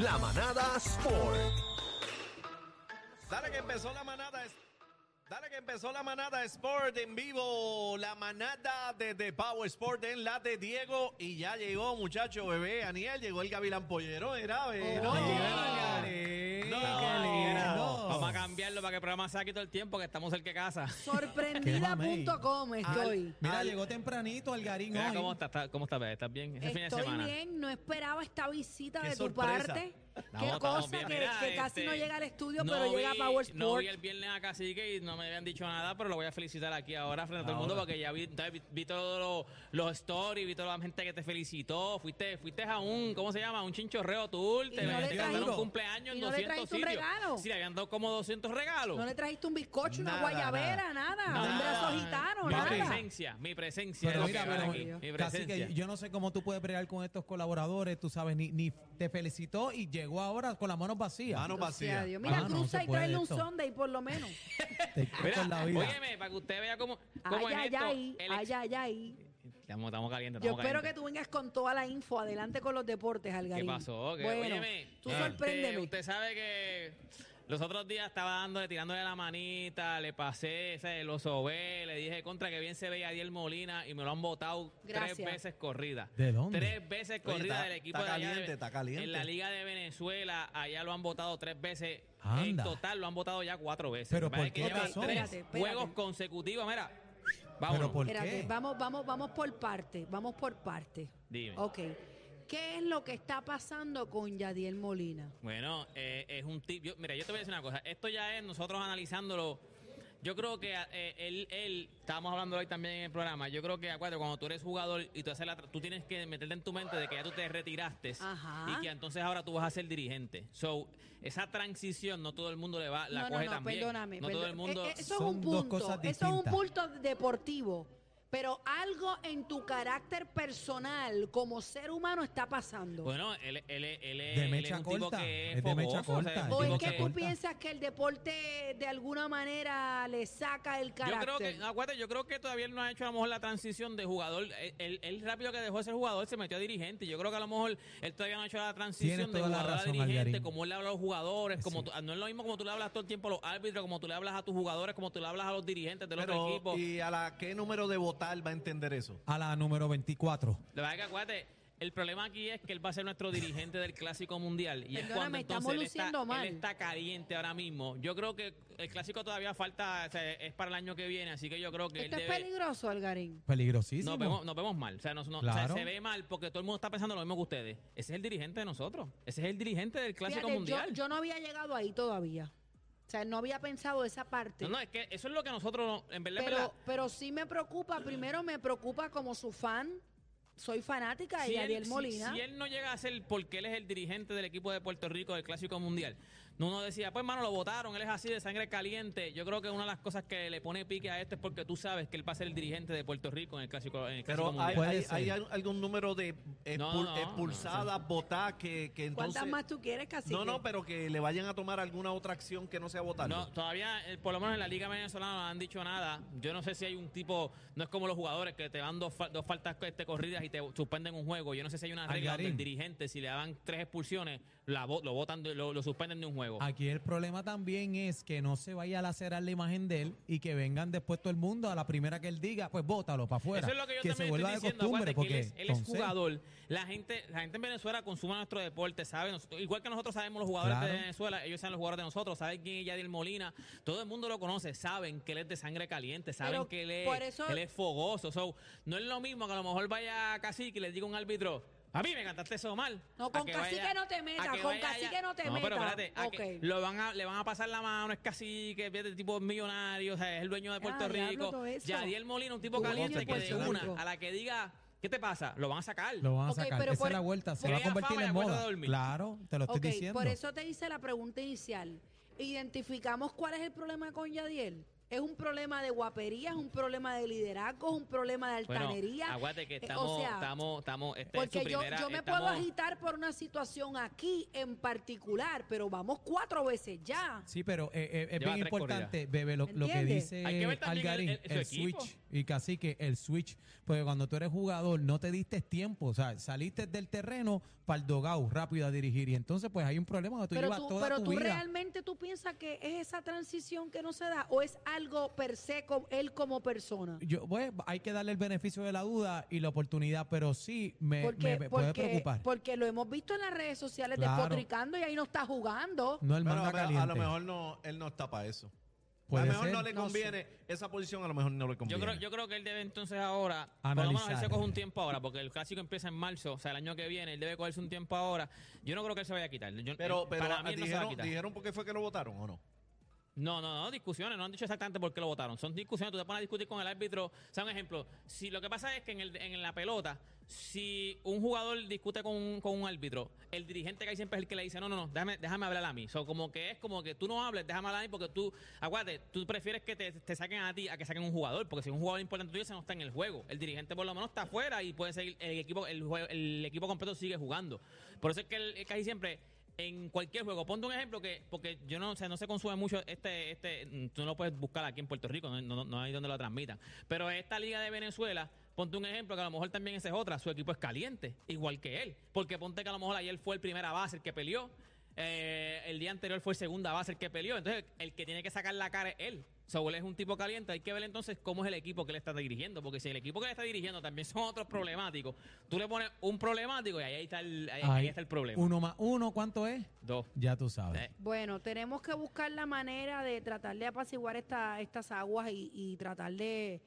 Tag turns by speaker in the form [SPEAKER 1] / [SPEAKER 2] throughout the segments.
[SPEAKER 1] La manada Sport.
[SPEAKER 2] Dale que empezó la manada. es- Dale que empezó la manada Sport en vivo. La manada de, de Power Sport en la de Diego. Y ya llegó, muchacho, bebé. Aniel, llegó el Gavilán Pollero. Era, bebé. No, llega el Gavilán.
[SPEAKER 3] lindo.
[SPEAKER 4] Vamos a cambiarlo para que el programa sea aquí todo el tiempo, que estamos cerca de casa.
[SPEAKER 5] Sorprendida.com estoy.
[SPEAKER 3] Mira, llegó tempranito al Garín
[SPEAKER 4] Mira,
[SPEAKER 3] hoy.
[SPEAKER 4] ¿cómo estás? ¿Estás- ¿Cómo estás, bebé? ¿Estás bien? Este fin de
[SPEAKER 5] Estoy
[SPEAKER 4] semana.
[SPEAKER 5] bien, no esperaba esta visita
[SPEAKER 2] Qué
[SPEAKER 5] de tu
[SPEAKER 2] sorpresa.
[SPEAKER 5] parte.
[SPEAKER 4] No,
[SPEAKER 5] Qué
[SPEAKER 4] estamos
[SPEAKER 5] cosa
[SPEAKER 4] bien.
[SPEAKER 5] que,
[SPEAKER 4] Mira,
[SPEAKER 5] que casi
[SPEAKER 4] este,
[SPEAKER 5] no llega al estudio,
[SPEAKER 4] no
[SPEAKER 5] pero
[SPEAKER 4] vi-
[SPEAKER 5] llega Power
[SPEAKER 4] No
[SPEAKER 5] Sport.
[SPEAKER 4] vi el viernes a Cacique y no me habían dicho nada, pero lo voy a felicitar aquí ahora frente a todo el mundo porque ya vi, vi, vi todos los- los stories, vi toda la gente que te felicitó. Fuiste fuiste a un, ¿cómo se llama? Un chinchorreo tour.
[SPEAKER 5] Y
[SPEAKER 4] Te
[SPEAKER 5] no le
[SPEAKER 4] te
[SPEAKER 5] trajiste-
[SPEAKER 4] mandaron un cumpleaños en
[SPEAKER 5] y no le
[SPEAKER 4] 200
[SPEAKER 5] trajiste un
[SPEAKER 4] sitios.
[SPEAKER 5] regalo.
[SPEAKER 4] Sí, le habían dado como 200 regalos.
[SPEAKER 5] No le trajiste un bizcocho, una
[SPEAKER 2] Nada,
[SPEAKER 5] guayabera, nada. Un brazo gitano,
[SPEAKER 4] mi
[SPEAKER 5] nada.
[SPEAKER 4] presencia, mi presencia.
[SPEAKER 3] Pero
[SPEAKER 4] es lo
[SPEAKER 3] mira,
[SPEAKER 4] que vale
[SPEAKER 3] pero-
[SPEAKER 4] aquí, mi
[SPEAKER 3] Cacique,
[SPEAKER 4] presencia.
[SPEAKER 3] yo no sé cómo tú puedes pelear con estos colaboradores, tú sabes, ni, ni te felicitó y llegó ahora con las manos vacías.
[SPEAKER 2] Mano
[SPEAKER 5] O sea,
[SPEAKER 2] vacía.
[SPEAKER 5] Dios, mira,
[SPEAKER 3] Ah, no,
[SPEAKER 5] cruza
[SPEAKER 3] se
[SPEAKER 5] y
[SPEAKER 3] puede
[SPEAKER 5] tráele un
[SPEAKER 3] esto.
[SPEAKER 5] Sunday por lo menos.
[SPEAKER 3] Te quito
[SPEAKER 4] Mira,
[SPEAKER 3] en la vida.
[SPEAKER 4] óyeme, para que usted vea cómo, cómo
[SPEAKER 5] Ay,
[SPEAKER 4] es
[SPEAKER 5] ay,
[SPEAKER 4] esto.
[SPEAKER 5] ay,
[SPEAKER 4] el
[SPEAKER 5] ay,
[SPEAKER 4] ex-
[SPEAKER 5] ay, ay.
[SPEAKER 4] Estamos, estamos calientes,
[SPEAKER 5] Yo
[SPEAKER 4] estamos
[SPEAKER 5] espero que
[SPEAKER 4] calientes.
[SPEAKER 5] tú vengas con toda la info. Adelante con los deportes, Algarín.
[SPEAKER 4] ¿Qué pasó? ¿Qué?
[SPEAKER 5] Bueno,
[SPEAKER 4] óyeme,
[SPEAKER 5] tú
[SPEAKER 4] usted-
[SPEAKER 5] sorpréndeme.
[SPEAKER 4] Usted sabe que los otros días estaba dándole, tirándole la manita, le pasé, ese, lo sobé, le dije contra que bien se veía Adiel Molina y me lo han votado tres
[SPEAKER 5] Gracias.
[SPEAKER 4] veces corrida.
[SPEAKER 3] ¿De dónde?
[SPEAKER 4] Tres veces
[SPEAKER 2] Oye,
[SPEAKER 4] corrida
[SPEAKER 2] está-
[SPEAKER 4] del equipo
[SPEAKER 2] está
[SPEAKER 4] de allá de-
[SPEAKER 2] caliente, está caliente.
[SPEAKER 4] En la Liga de Venezuela, allá lo han votado tres veces. En
[SPEAKER 3] Anda.
[SPEAKER 4] total lo han votado ya cuatro veces.
[SPEAKER 3] Pero
[SPEAKER 4] Lo que pasa
[SPEAKER 3] ¿por
[SPEAKER 4] es que
[SPEAKER 3] qué
[SPEAKER 4] llevan
[SPEAKER 3] razón?
[SPEAKER 4] tres
[SPEAKER 5] Espérate, espérate.
[SPEAKER 4] juegos consecutivos. Mira,
[SPEAKER 3] Pero
[SPEAKER 4] vámonos.
[SPEAKER 3] ¿por
[SPEAKER 5] Espérate,
[SPEAKER 3] qué?
[SPEAKER 5] vamos, vamos, vamos por parte, vamos por parte.
[SPEAKER 4] Dime.
[SPEAKER 5] Ok. ¿Qué es lo que está pasando con Yadiel Molina?
[SPEAKER 4] Bueno, eh, es un tip. yo- mira, yo te voy a decir una cosa. Esto ya es nosotros analizándolo. Yo creo que eh, él, él, estábamos hablando hoy también en el programa. Yo creo que, acuérdate, cuando tú eres jugador y tú haces la, tra- tú tienes que meterte en tu mente de que ya tú te retiraste
[SPEAKER 5] Ajá.
[SPEAKER 4] y que entonces ahora tú vas a ser dirigente. So, esa transición no todo el mundo le va,
[SPEAKER 5] no,
[SPEAKER 4] la coge
[SPEAKER 5] no, no,
[SPEAKER 4] también.
[SPEAKER 5] perdóname.
[SPEAKER 4] No todo
[SPEAKER 5] perdón-
[SPEAKER 4] el mundo.
[SPEAKER 5] Eh, eh, eso es
[SPEAKER 3] Son
[SPEAKER 5] un
[SPEAKER 3] dos
[SPEAKER 5] punto,
[SPEAKER 3] cosas
[SPEAKER 5] eso es un
[SPEAKER 3] distintas.
[SPEAKER 5] punto deportivo. Pero algo en tu carácter personal como ser humano está pasando.
[SPEAKER 4] Bueno, él, él, él, él
[SPEAKER 3] De
[SPEAKER 4] es- él es
[SPEAKER 3] mecha
[SPEAKER 4] un tipo
[SPEAKER 3] corta,
[SPEAKER 4] que
[SPEAKER 3] es de mecha
[SPEAKER 4] fogoso, sea,
[SPEAKER 3] corta.
[SPEAKER 4] un
[SPEAKER 5] ¿O es
[SPEAKER 4] tipo
[SPEAKER 5] que tú
[SPEAKER 3] Corta.
[SPEAKER 5] piensas que el deporte de alguna manera le saca el
[SPEAKER 4] Yo
[SPEAKER 5] carácter?
[SPEAKER 4] creo que, ah, no, acuérdate, yo creo que todavía él no ha hecho a lo mejor la transición de jugador. E, Él, él- él rápido que dejó de ser jugador se metió a dirigente. Yo creo que a lo mejor él todavía no ha hecho la transición
[SPEAKER 3] Tienes
[SPEAKER 4] de
[SPEAKER 3] toda la
[SPEAKER 4] jugador a
[SPEAKER 3] razón,
[SPEAKER 4] dirigente,
[SPEAKER 3] Algarín.
[SPEAKER 4] como él le habla a los jugadores, como tú- no es lo mismo como tú le hablas todo el tiempo a los árbitros, como tú le hablas a tus jugadores, como tú le hablas a los dirigentes del otro
[SPEAKER 2] Pero,
[SPEAKER 4] equipo.
[SPEAKER 2] ¿y a la qué número de votar va a entender eso?
[SPEAKER 3] A la número 24.
[SPEAKER 4] La verdad que acuérdate, el problema aquí es que él va a ser nuestro dirigente del Clásico Mundial. Y es
[SPEAKER 5] Perdóname,
[SPEAKER 4] cuando
[SPEAKER 5] estamos
[SPEAKER 4] entonces él está,
[SPEAKER 5] luciendo mal.
[SPEAKER 4] él está caliente ahora mismo. Yo creo que el Clásico todavía falta, o sea, es para el año que viene, así que yo creo que
[SPEAKER 5] Esto
[SPEAKER 4] él
[SPEAKER 5] es
[SPEAKER 4] debe...
[SPEAKER 5] peligroso, Algarín.
[SPEAKER 3] Peligrosísimo.
[SPEAKER 4] Nos vemos, nos vemos mal. O sea, nos- no- o sea,
[SPEAKER 3] Claro.
[SPEAKER 4] se ve mal porque todo el mundo está pensando lo mismo que ustedes. Ese es el dirigente de nosotros. Ese es el dirigente del Clásico
[SPEAKER 5] Fíjate, yo,
[SPEAKER 4] Mundial.
[SPEAKER 5] yo no había llegado ahí todavía. O sea, no había pensado esa parte.
[SPEAKER 4] No, no, es que eso es lo que nosotros, en verdad, en
[SPEAKER 5] pero,
[SPEAKER 4] verdad,
[SPEAKER 5] pero sí me preocupa. Primero me preocupa como su fan. Soy fanática de
[SPEAKER 4] si él,
[SPEAKER 5] Yadiel
[SPEAKER 4] si-
[SPEAKER 5] Molina.
[SPEAKER 4] si él no llega a ser porque él es el dirigente del equipo de Puerto Rico del Clásico Mundial, no uno decía, pues hermano, lo votaron, él es así de sangre caliente. Yo creo que una de las cosas que le pone pique a esto es porque tú sabes que él va a ser el dirigente de Puerto Rico en el Clásico, en el Clásico
[SPEAKER 2] Pero
[SPEAKER 4] Mundial.
[SPEAKER 2] hay,
[SPEAKER 3] Puede
[SPEAKER 2] hay-
[SPEAKER 3] ser.
[SPEAKER 2] hay al- algún número de expul-
[SPEAKER 4] No, no, no,
[SPEAKER 2] expulsadas, votadas que, que entonces...
[SPEAKER 5] ¿Cuántas más tú quieres, Cacique?
[SPEAKER 2] No, no, pero que le vayan a tomar alguna otra acción que no sea votar.
[SPEAKER 4] No, todavía, eh, por lo menos en la Liga Venezolana no han dicho nada. Yo no sé si hay un tipo, no es como los jugadores que te dan dos, fa- dos faltas este, corridas y te suspenden un juego. Yo no sé si hay una regla
[SPEAKER 3] Algarín.
[SPEAKER 4] donde el dirigente, si le dan tres expulsiones, la vo- lo votan, de- lo, lo suspenden de un juego.
[SPEAKER 3] Aquí el problema también es que no se vaya a lacerar la imagen de él y que vengan después todo el mundo a la primera que él diga, pues bótalo para afuera.
[SPEAKER 4] Eso es lo que yo
[SPEAKER 3] se
[SPEAKER 4] también
[SPEAKER 3] vuelva
[SPEAKER 4] estoy
[SPEAKER 3] de
[SPEAKER 4] diciendo.
[SPEAKER 3] costumbre.
[SPEAKER 4] acuérdate que
[SPEAKER 3] Porque
[SPEAKER 4] él es, él es
[SPEAKER 3] entonces-
[SPEAKER 4] jugador. La gente, la gente en Venezuela consume nuestro deporte, ¿sabe? Nos- igual que nosotros sabemos los jugadores
[SPEAKER 3] Claro.
[SPEAKER 4] de Venezuela, ellos saben los jugadores de nosotros, saben quién es Yadiel Molina. Todo el mundo lo conoce, saben que él es de sangre caliente, saben
[SPEAKER 5] Pero
[SPEAKER 4] que él es,
[SPEAKER 5] por eso-
[SPEAKER 4] él es fogoso. So, no es lo mismo que a lo mejor vaya a Cacique y le diga a un árbitro. A mí me cantaste eso mal.
[SPEAKER 5] No,
[SPEAKER 4] A
[SPEAKER 5] con
[SPEAKER 4] que
[SPEAKER 5] Cacique
[SPEAKER 4] vaya-
[SPEAKER 5] no te metas,
[SPEAKER 4] a que
[SPEAKER 5] con
[SPEAKER 4] vaya allá.
[SPEAKER 5] Cacique no te
[SPEAKER 4] No, pero
[SPEAKER 5] metas.
[SPEAKER 4] espérate, a que
[SPEAKER 5] Ok.
[SPEAKER 4] lo van a, le van a pasar la mano, es Cacique, este tipo es millonario, o sea, es el dueño de Puerto
[SPEAKER 5] Ah, diablo,
[SPEAKER 4] Rico.
[SPEAKER 5] todo eso.
[SPEAKER 4] Yadiel Molina, un tipo tipo
[SPEAKER 5] Tú,
[SPEAKER 4] caliente
[SPEAKER 3] José,
[SPEAKER 4] que de
[SPEAKER 3] personal.
[SPEAKER 4] una a la que diga, ¿qué te pasa? Lo van a sacar.
[SPEAKER 3] Lo van a
[SPEAKER 5] Ok,
[SPEAKER 3] sacar.
[SPEAKER 5] pero
[SPEAKER 3] Esa
[SPEAKER 5] por-
[SPEAKER 3] es la vuelta. Se
[SPEAKER 4] Porque
[SPEAKER 3] va a
[SPEAKER 4] ella
[SPEAKER 3] convertir
[SPEAKER 4] fama y
[SPEAKER 3] en
[SPEAKER 4] acuerda
[SPEAKER 3] moda.
[SPEAKER 4] dormir.
[SPEAKER 3] Claro, te lo estoy
[SPEAKER 5] Ok,
[SPEAKER 3] diciendo.
[SPEAKER 5] por eso te hice la pregunta inicial. Identificamos cuál es el problema con Yadiel. Es un problema de guapería, es un problema de liderazgo, es un problema de
[SPEAKER 4] Bueno,
[SPEAKER 5] altanería.
[SPEAKER 4] aguante que
[SPEAKER 5] Eh, o
[SPEAKER 4] estamos,
[SPEAKER 5] sea,
[SPEAKER 4] estamos, estamos, este es
[SPEAKER 5] Porque
[SPEAKER 4] su
[SPEAKER 5] yo,
[SPEAKER 4] primera,
[SPEAKER 5] yo me
[SPEAKER 4] estamos-
[SPEAKER 5] puedo agitar por una situación aquí en particular, pero vamos cuatro veces ya.
[SPEAKER 3] Sí, pero eh, eh, es
[SPEAKER 4] Lleva
[SPEAKER 3] bien
[SPEAKER 4] tres corridas.
[SPEAKER 3] importante, Bebe, lo, lo que
[SPEAKER 5] ¿Entiendes?
[SPEAKER 3] dice
[SPEAKER 4] Hay que ver también el-
[SPEAKER 3] Algarín,
[SPEAKER 4] el-
[SPEAKER 3] el,
[SPEAKER 4] su equipo.
[SPEAKER 3] switch y cacique, el switch. Porque cuando tú eres jugador, no te diste tiempo, o sea, saliste del terreno para el dogao rápido a dirigir. Y entonces, pues hay un problema que tú
[SPEAKER 5] pero
[SPEAKER 3] llevas
[SPEAKER 5] tú,
[SPEAKER 3] toda
[SPEAKER 5] pero
[SPEAKER 3] tu
[SPEAKER 5] tú
[SPEAKER 3] vida.
[SPEAKER 5] realmente tú piensas que es esa transición que no se da o es algo per se con él como persona.
[SPEAKER 3] Yo, pues, hay que darle el beneficio de la duda y la oportunidad, pero sí me,
[SPEAKER 5] Porque,
[SPEAKER 3] me- me puede
[SPEAKER 5] porque,
[SPEAKER 3] preocupar.
[SPEAKER 5] porque lo hemos visto en las redes sociales
[SPEAKER 3] Claro. Mm.
[SPEAKER 5] despotricando y ahí no está jugando.
[SPEAKER 3] no el
[SPEAKER 2] Pero
[SPEAKER 3] manda
[SPEAKER 2] a, lo-
[SPEAKER 3] caliente.
[SPEAKER 2] a lo mejor no, él no está para eso. A
[SPEAKER 3] Puede
[SPEAKER 2] lo mejor
[SPEAKER 3] ser.
[SPEAKER 2] no le
[SPEAKER 5] No
[SPEAKER 2] conviene, esa posición a lo mejor no le
[SPEAKER 4] Yo
[SPEAKER 2] conviene.
[SPEAKER 4] creo, yo creo que él debe entonces ahora, por lo menos él se
[SPEAKER 3] Analizar.
[SPEAKER 4] coge un tiempo ahora, porque el clásico empieza en marzo, o sea, el año que viene, él debe cogerse un tiempo ahora. Yo no creo que él se vaya a quitar. Yo-
[SPEAKER 2] pero
[SPEAKER 4] él-
[SPEAKER 2] pero
[SPEAKER 4] eh, para
[SPEAKER 2] ah,
[SPEAKER 4] mí él no se va a
[SPEAKER 2] dijeron,
[SPEAKER 4] quitar.
[SPEAKER 2] dijeron por qué fue que lo votaron o no.
[SPEAKER 4] No, no, no, discusiones, no han dicho exactamente por qué lo votaron. Son discusiones, tú te pones a discutir con el árbitro. O sea, un ejemplo, si lo que pasa es que en, el- en la pelota, si un jugador discute con un, con un árbitro, el dirigente que hay siempre es el que le dice, no, no, no, déjame, déjame hablar a mí. O sea, como que es como que tú no hables, déjame hablar a mí porque tú, aguante, tú prefieres que te, te saquen a ti a que saquen a un jugador, porque si es un jugador importante tuyo, ese no está en el juego. El dirigente por lo menos está afuera y puede seguir, el equipo, el, jue- el equipo completo sigue jugando. Por eso es que el- casi siempre en cualquier juego. Ponte un ejemplo que, porque yo no, o sea, no se consume mucho este, este, mm, tú no lo puedes buscar aquí en Puerto Rico, no, no, no hay donde lo transmitan. Pero esta liga de Venezuela, ponte un ejemplo que a lo mejor también esa es otra, su equipo es caliente, igual que él. Porque ponte que a lo mejor ayer fue el primera base, el que peleó. eh, el día anterior fue el segunda base el que peleó. Entonces, el que tiene que sacar la cara es él. Saúl es un tipo caliente. Hay que ver entonces cómo es el equipo que le está dirigiendo. Porque si el equipo que le está dirigiendo también son otros problemáticos, tú le pones un problemático y ahí está el, ahí- ahí
[SPEAKER 3] Ahí,
[SPEAKER 4] está el problema.
[SPEAKER 3] Uno más uno, ¿cuánto es?
[SPEAKER 4] Dos.
[SPEAKER 3] Ya tú sabes.
[SPEAKER 4] Eh,
[SPEAKER 5] Bueno, tenemos que buscar la manera de tratar de apaciguar esta, estas aguas y, y tratar de,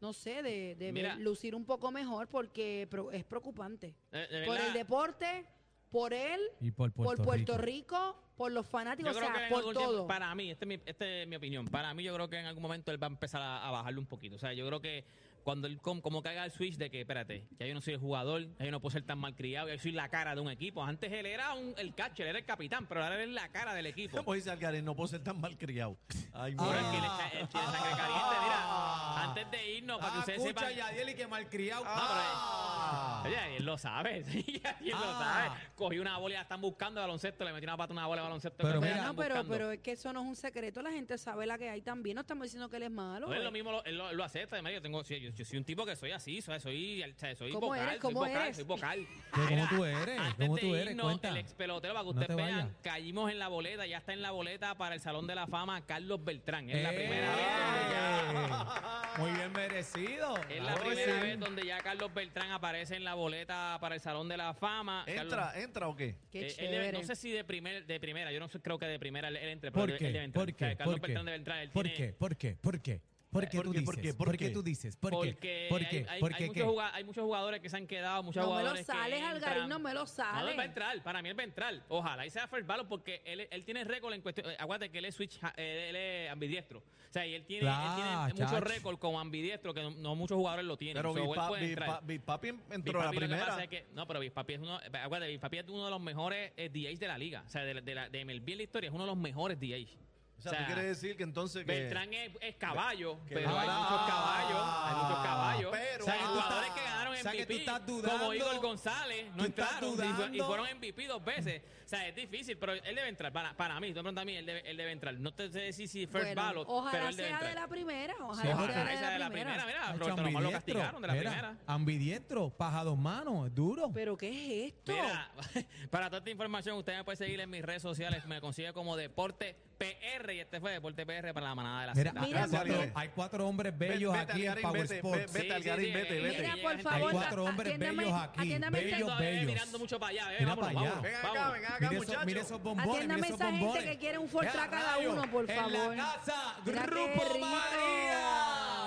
[SPEAKER 5] no sé, de, de ver-
[SPEAKER 4] Mira.
[SPEAKER 5] lucir un poco mejor porque pro- es preocupante.
[SPEAKER 4] eh, de
[SPEAKER 5] Por
[SPEAKER 4] verdad.
[SPEAKER 5] el deporte, por él,
[SPEAKER 3] Y por Puerto,
[SPEAKER 5] por Puerto
[SPEAKER 3] Rico.
[SPEAKER 5] Rico. por los fanáticos,
[SPEAKER 4] Yo
[SPEAKER 5] o
[SPEAKER 4] creo que
[SPEAKER 5] sea,
[SPEAKER 4] en
[SPEAKER 5] por
[SPEAKER 4] algún
[SPEAKER 5] todo.
[SPEAKER 4] tiempo- para mí, esta es, mi, este es mi opinión, para mí yo creo que en algún momento él va a empezar a, a bajarlo un poquito. O sea, yo creo que cuando él com- como caiga el switch de que, espérate, ya yo no soy el jugador, ya yo no puedo ser tan malcriado, ya yo soy la cara de un equipo. Antes él era un, el catcher, era el capitán, pero ahora él es la cara del equipo.
[SPEAKER 2] Como dice Algarín, no puedo ser tan mal criado. Ay,
[SPEAKER 4] Pero
[SPEAKER 2] madre.
[SPEAKER 4] él tiene, sa- él tiene sangre caliente, mira. Antes de irnos, para que
[SPEAKER 6] Ah,
[SPEAKER 4] ustedes
[SPEAKER 6] escucha,
[SPEAKER 4] sepan...
[SPEAKER 6] Yadiel, y que malcriado.
[SPEAKER 4] Ah, pero él- Oye, él lo sabe, sí, él lo
[SPEAKER 6] Ah.
[SPEAKER 4] sabe. Cogió una bola y la están buscando de baloncesto, le metió una pata a una bola de baloncesto.
[SPEAKER 3] Pero
[SPEAKER 4] que la
[SPEAKER 5] Bueno,
[SPEAKER 3] mira,
[SPEAKER 4] están
[SPEAKER 5] pero,
[SPEAKER 4] buscando.
[SPEAKER 5] pero es que eso no es un secreto, la gente sabe la que hay también, no estamos diciendo que él es malo.
[SPEAKER 4] No, él
[SPEAKER 5] ¿eh?
[SPEAKER 4] Pues, lo mismo lo, él lo, él lo acepta, Mario. Yo, tengo, sí, yo, yo soy un tipo que soy así, soy, soy, o sea, soy
[SPEAKER 5] ¿Cómo
[SPEAKER 4] vocal,
[SPEAKER 5] eres?
[SPEAKER 4] soy
[SPEAKER 5] ¿Cómo
[SPEAKER 4] vocal,
[SPEAKER 5] eres?
[SPEAKER 4] soy vocal.
[SPEAKER 3] Pero ¿cómo
[SPEAKER 4] Mira,
[SPEAKER 3] tú eres?
[SPEAKER 4] antes
[SPEAKER 3] ¿Cómo
[SPEAKER 4] de
[SPEAKER 3] tú eres?
[SPEAKER 4] irnos,
[SPEAKER 3] Cuenta.
[SPEAKER 4] El ex pelotero, para que
[SPEAKER 3] No
[SPEAKER 4] ustedes
[SPEAKER 3] te
[SPEAKER 4] vean,
[SPEAKER 3] vayas.
[SPEAKER 4] caímos en la boleta, ya está en la boleta para el Salón de la Fama Carlos Beltrán. Es la
[SPEAKER 3] ¡Eh!
[SPEAKER 4] primera vez. donde ya-
[SPEAKER 2] Ah.
[SPEAKER 3] Muy bien merecido.
[SPEAKER 4] Es
[SPEAKER 3] Claro que
[SPEAKER 4] la primera
[SPEAKER 3] ah, pues sí.
[SPEAKER 4] vez donde ya Carlos Beltrán aparece en la boleta para el Salón de la Fama. Carlos-
[SPEAKER 2] ¿Entra, entra o qué?
[SPEAKER 5] Qué
[SPEAKER 4] Eh, él debe-
[SPEAKER 5] chévere.
[SPEAKER 4] no sé si de, primer, de primera, yo no sé, creo que de primera él, él entre, pero
[SPEAKER 3] ¿Por
[SPEAKER 4] él-
[SPEAKER 3] qué?
[SPEAKER 4] él debe entrar.
[SPEAKER 3] ¿Por
[SPEAKER 4] O sea,
[SPEAKER 3] qué?
[SPEAKER 4] Carlos
[SPEAKER 3] ¿Por qué?
[SPEAKER 4] Beltrán debe entrar. Él
[SPEAKER 3] ¿Por
[SPEAKER 4] tiene-
[SPEAKER 3] qué? ¿Por qué? ¿Por qué? ¿Por qué
[SPEAKER 2] ¿Por
[SPEAKER 3] tú
[SPEAKER 2] qué?
[SPEAKER 3] dices?
[SPEAKER 2] ¿Por qué? ¿Por
[SPEAKER 3] ¿Por
[SPEAKER 2] qué?
[SPEAKER 3] qué tú dices? ¿Por
[SPEAKER 4] Porque
[SPEAKER 3] qué? ¿Por qué?
[SPEAKER 4] hay- hay-
[SPEAKER 3] ¿Por
[SPEAKER 4] hay
[SPEAKER 3] qué
[SPEAKER 4] muchos
[SPEAKER 3] qué?
[SPEAKER 4] jugada- hay muchos jugadores que se han quedado, muchos
[SPEAKER 5] No me lo
[SPEAKER 4] jugadores que
[SPEAKER 5] sales,
[SPEAKER 4] entran.
[SPEAKER 5] Algarín, no me lo
[SPEAKER 4] No,
[SPEAKER 5] sales.
[SPEAKER 4] él va a entrar, para mí él va a entrar. Ojalá y sea first ballot porque él, él tiene récord en cuestión. eh, Aguante que él es switch, ha- eh, él es ambidiestro. O sea, y él tiene,
[SPEAKER 3] Claro,
[SPEAKER 4] él tiene mucho
[SPEAKER 3] chacho.
[SPEAKER 4] récord como ambidiestro que no, no muchos jugadores lo tienen.
[SPEAKER 2] Pero
[SPEAKER 4] So, él
[SPEAKER 2] Big Pa-
[SPEAKER 4] puede
[SPEAKER 2] Big
[SPEAKER 4] entrar.
[SPEAKER 2] Pa- Big Papi
[SPEAKER 4] Big
[SPEAKER 2] entró a la
[SPEAKER 4] Papi, lo que pasa
[SPEAKER 2] primera.
[SPEAKER 4] es que- no, pero Big Papi es uno, acuérdate, Big Papi es uno de los mejores eh, DJs de la liga. O sea, de, la- de, la, de MLB en la historia es uno de los mejores DJs.
[SPEAKER 2] O sea, tú quieres decir que
[SPEAKER 6] Eh,
[SPEAKER 2] entonces que-
[SPEAKER 4] Beltrán es, es caballo,
[SPEAKER 2] que-
[SPEAKER 4] pero hay
[SPEAKER 2] Ah,
[SPEAKER 4] muchos caballos, hay muchos caballos.
[SPEAKER 2] pero-
[SPEAKER 4] o sea, que
[SPEAKER 2] ah,
[SPEAKER 4] jugadores que ganaron
[SPEAKER 6] o sea, que
[SPEAKER 4] MVP,
[SPEAKER 6] tú estás dudando,
[SPEAKER 4] como Igor González, no
[SPEAKER 6] tú estás
[SPEAKER 4] entraron y fue- y,
[SPEAKER 6] dudando.
[SPEAKER 4] fueron MVP dos veces. O sea, es difícil, pero él debe entrar. Para, para mí, tú me preguntas a mí, él debe, él debe entrar. No te sé decir si first
[SPEAKER 5] Bueno,
[SPEAKER 4] ballot, pero
[SPEAKER 5] ojalá
[SPEAKER 4] él debe
[SPEAKER 5] sea
[SPEAKER 4] entrar.
[SPEAKER 5] de la primera,
[SPEAKER 4] Sí,
[SPEAKER 5] ojalá,
[SPEAKER 4] ojalá
[SPEAKER 5] sea de
[SPEAKER 4] esa
[SPEAKER 5] la,
[SPEAKER 4] de la
[SPEAKER 5] primera.
[SPEAKER 4] primera. Mira,
[SPEAKER 3] Hacho,
[SPEAKER 4] Roberto Román lo
[SPEAKER 3] Ah, ambidiestro.
[SPEAKER 4] castigaron de la
[SPEAKER 3] Mira,
[SPEAKER 4] primera.
[SPEAKER 3] Ambidiestro, paja dos manos, es duro.
[SPEAKER 5] Pero ¿qué es esto?
[SPEAKER 4] Mira, para toda esta información, ustedes me pueden seguir en mis redes sociales. Me consigue como Deporte PR. Y este fue Deporte PR para la manada de la
[SPEAKER 3] Mira,
[SPEAKER 4] Z.
[SPEAKER 3] hay,
[SPEAKER 5] Mira,
[SPEAKER 3] cuatro,
[SPEAKER 2] Algarín.
[SPEAKER 3] hay cuatro hombres bellos
[SPEAKER 2] Vete,
[SPEAKER 3] aquí en
[SPEAKER 2] Algarín,
[SPEAKER 3] Power
[SPEAKER 2] vete,
[SPEAKER 3] Sports.
[SPEAKER 2] vete, Algarín, vete, vete.
[SPEAKER 5] Mira,
[SPEAKER 4] que
[SPEAKER 5] por
[SPEAKER 4] llega
[SPEAKER 5] favor,
[SPEAKER 3] Hay cuatro
[SPEAKER 5] a-
[SPEAKER 3] hombres
[SPEAKER 5] atiéndame-
[SPEAKER 3] bellos aquí,
[SPEAKER 5] atiéndame
[SPEAKER 3] bellos,
[SPEAKER 5] esta-
[SPEAKER 4] Todavía
[SPEAKER 3] bellos.
[SPEAKER 4] mirando mucho para allá. Bebé,
[SPEAKER 3] Mira
[SPEAKER 4] vámonos,
[SPEAKER 3] para allá.
[SPEAKER 4] vámonos,
[SPEAKER 2] Ven acá,
[SPEAKER 4] vámonos.
[SPEAKER 2] ven acá,
[SPEAKER 3] Mira
[SPEAKER 2] muchacho.
[SPEAKER 3] esos, mira esos bombones, mira
[SPEAKER 5] Atiéndame
[SPEAKER 3] esos
[SPEAKER 5] esa gente que
[SPEAKER 3] bombones.
[SPEAKER 5] quiere un Fortra
[SPEAKER 6] Ya,
[SPEAKER 5] cada
[SPEAKER 6] rayo,
[SPEAKER 5] uno, por favor.
[SPEAKER 6] En la casa,
[SPEAKER 5] Mira qué
[SPEAKER 6] Grupo
[SPEAKER 5] rico.
[SPEAKER 6] María.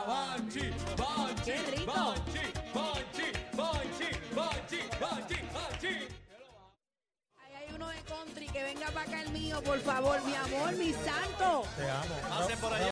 [SPEAKER 6] Bonchi, Bonchi,
[SPEAKER 5] Qué rico.
[SPEAKER 6] Bonchi, Bonchi, Bonchi, Bonchi, Bonchi, Bonchi.
[SPEAKER 5] Ahí hay uno de country que venga para acá el mío, por favor, mi amor, mi santo.
[SPEAKER 2] Pasen por allá.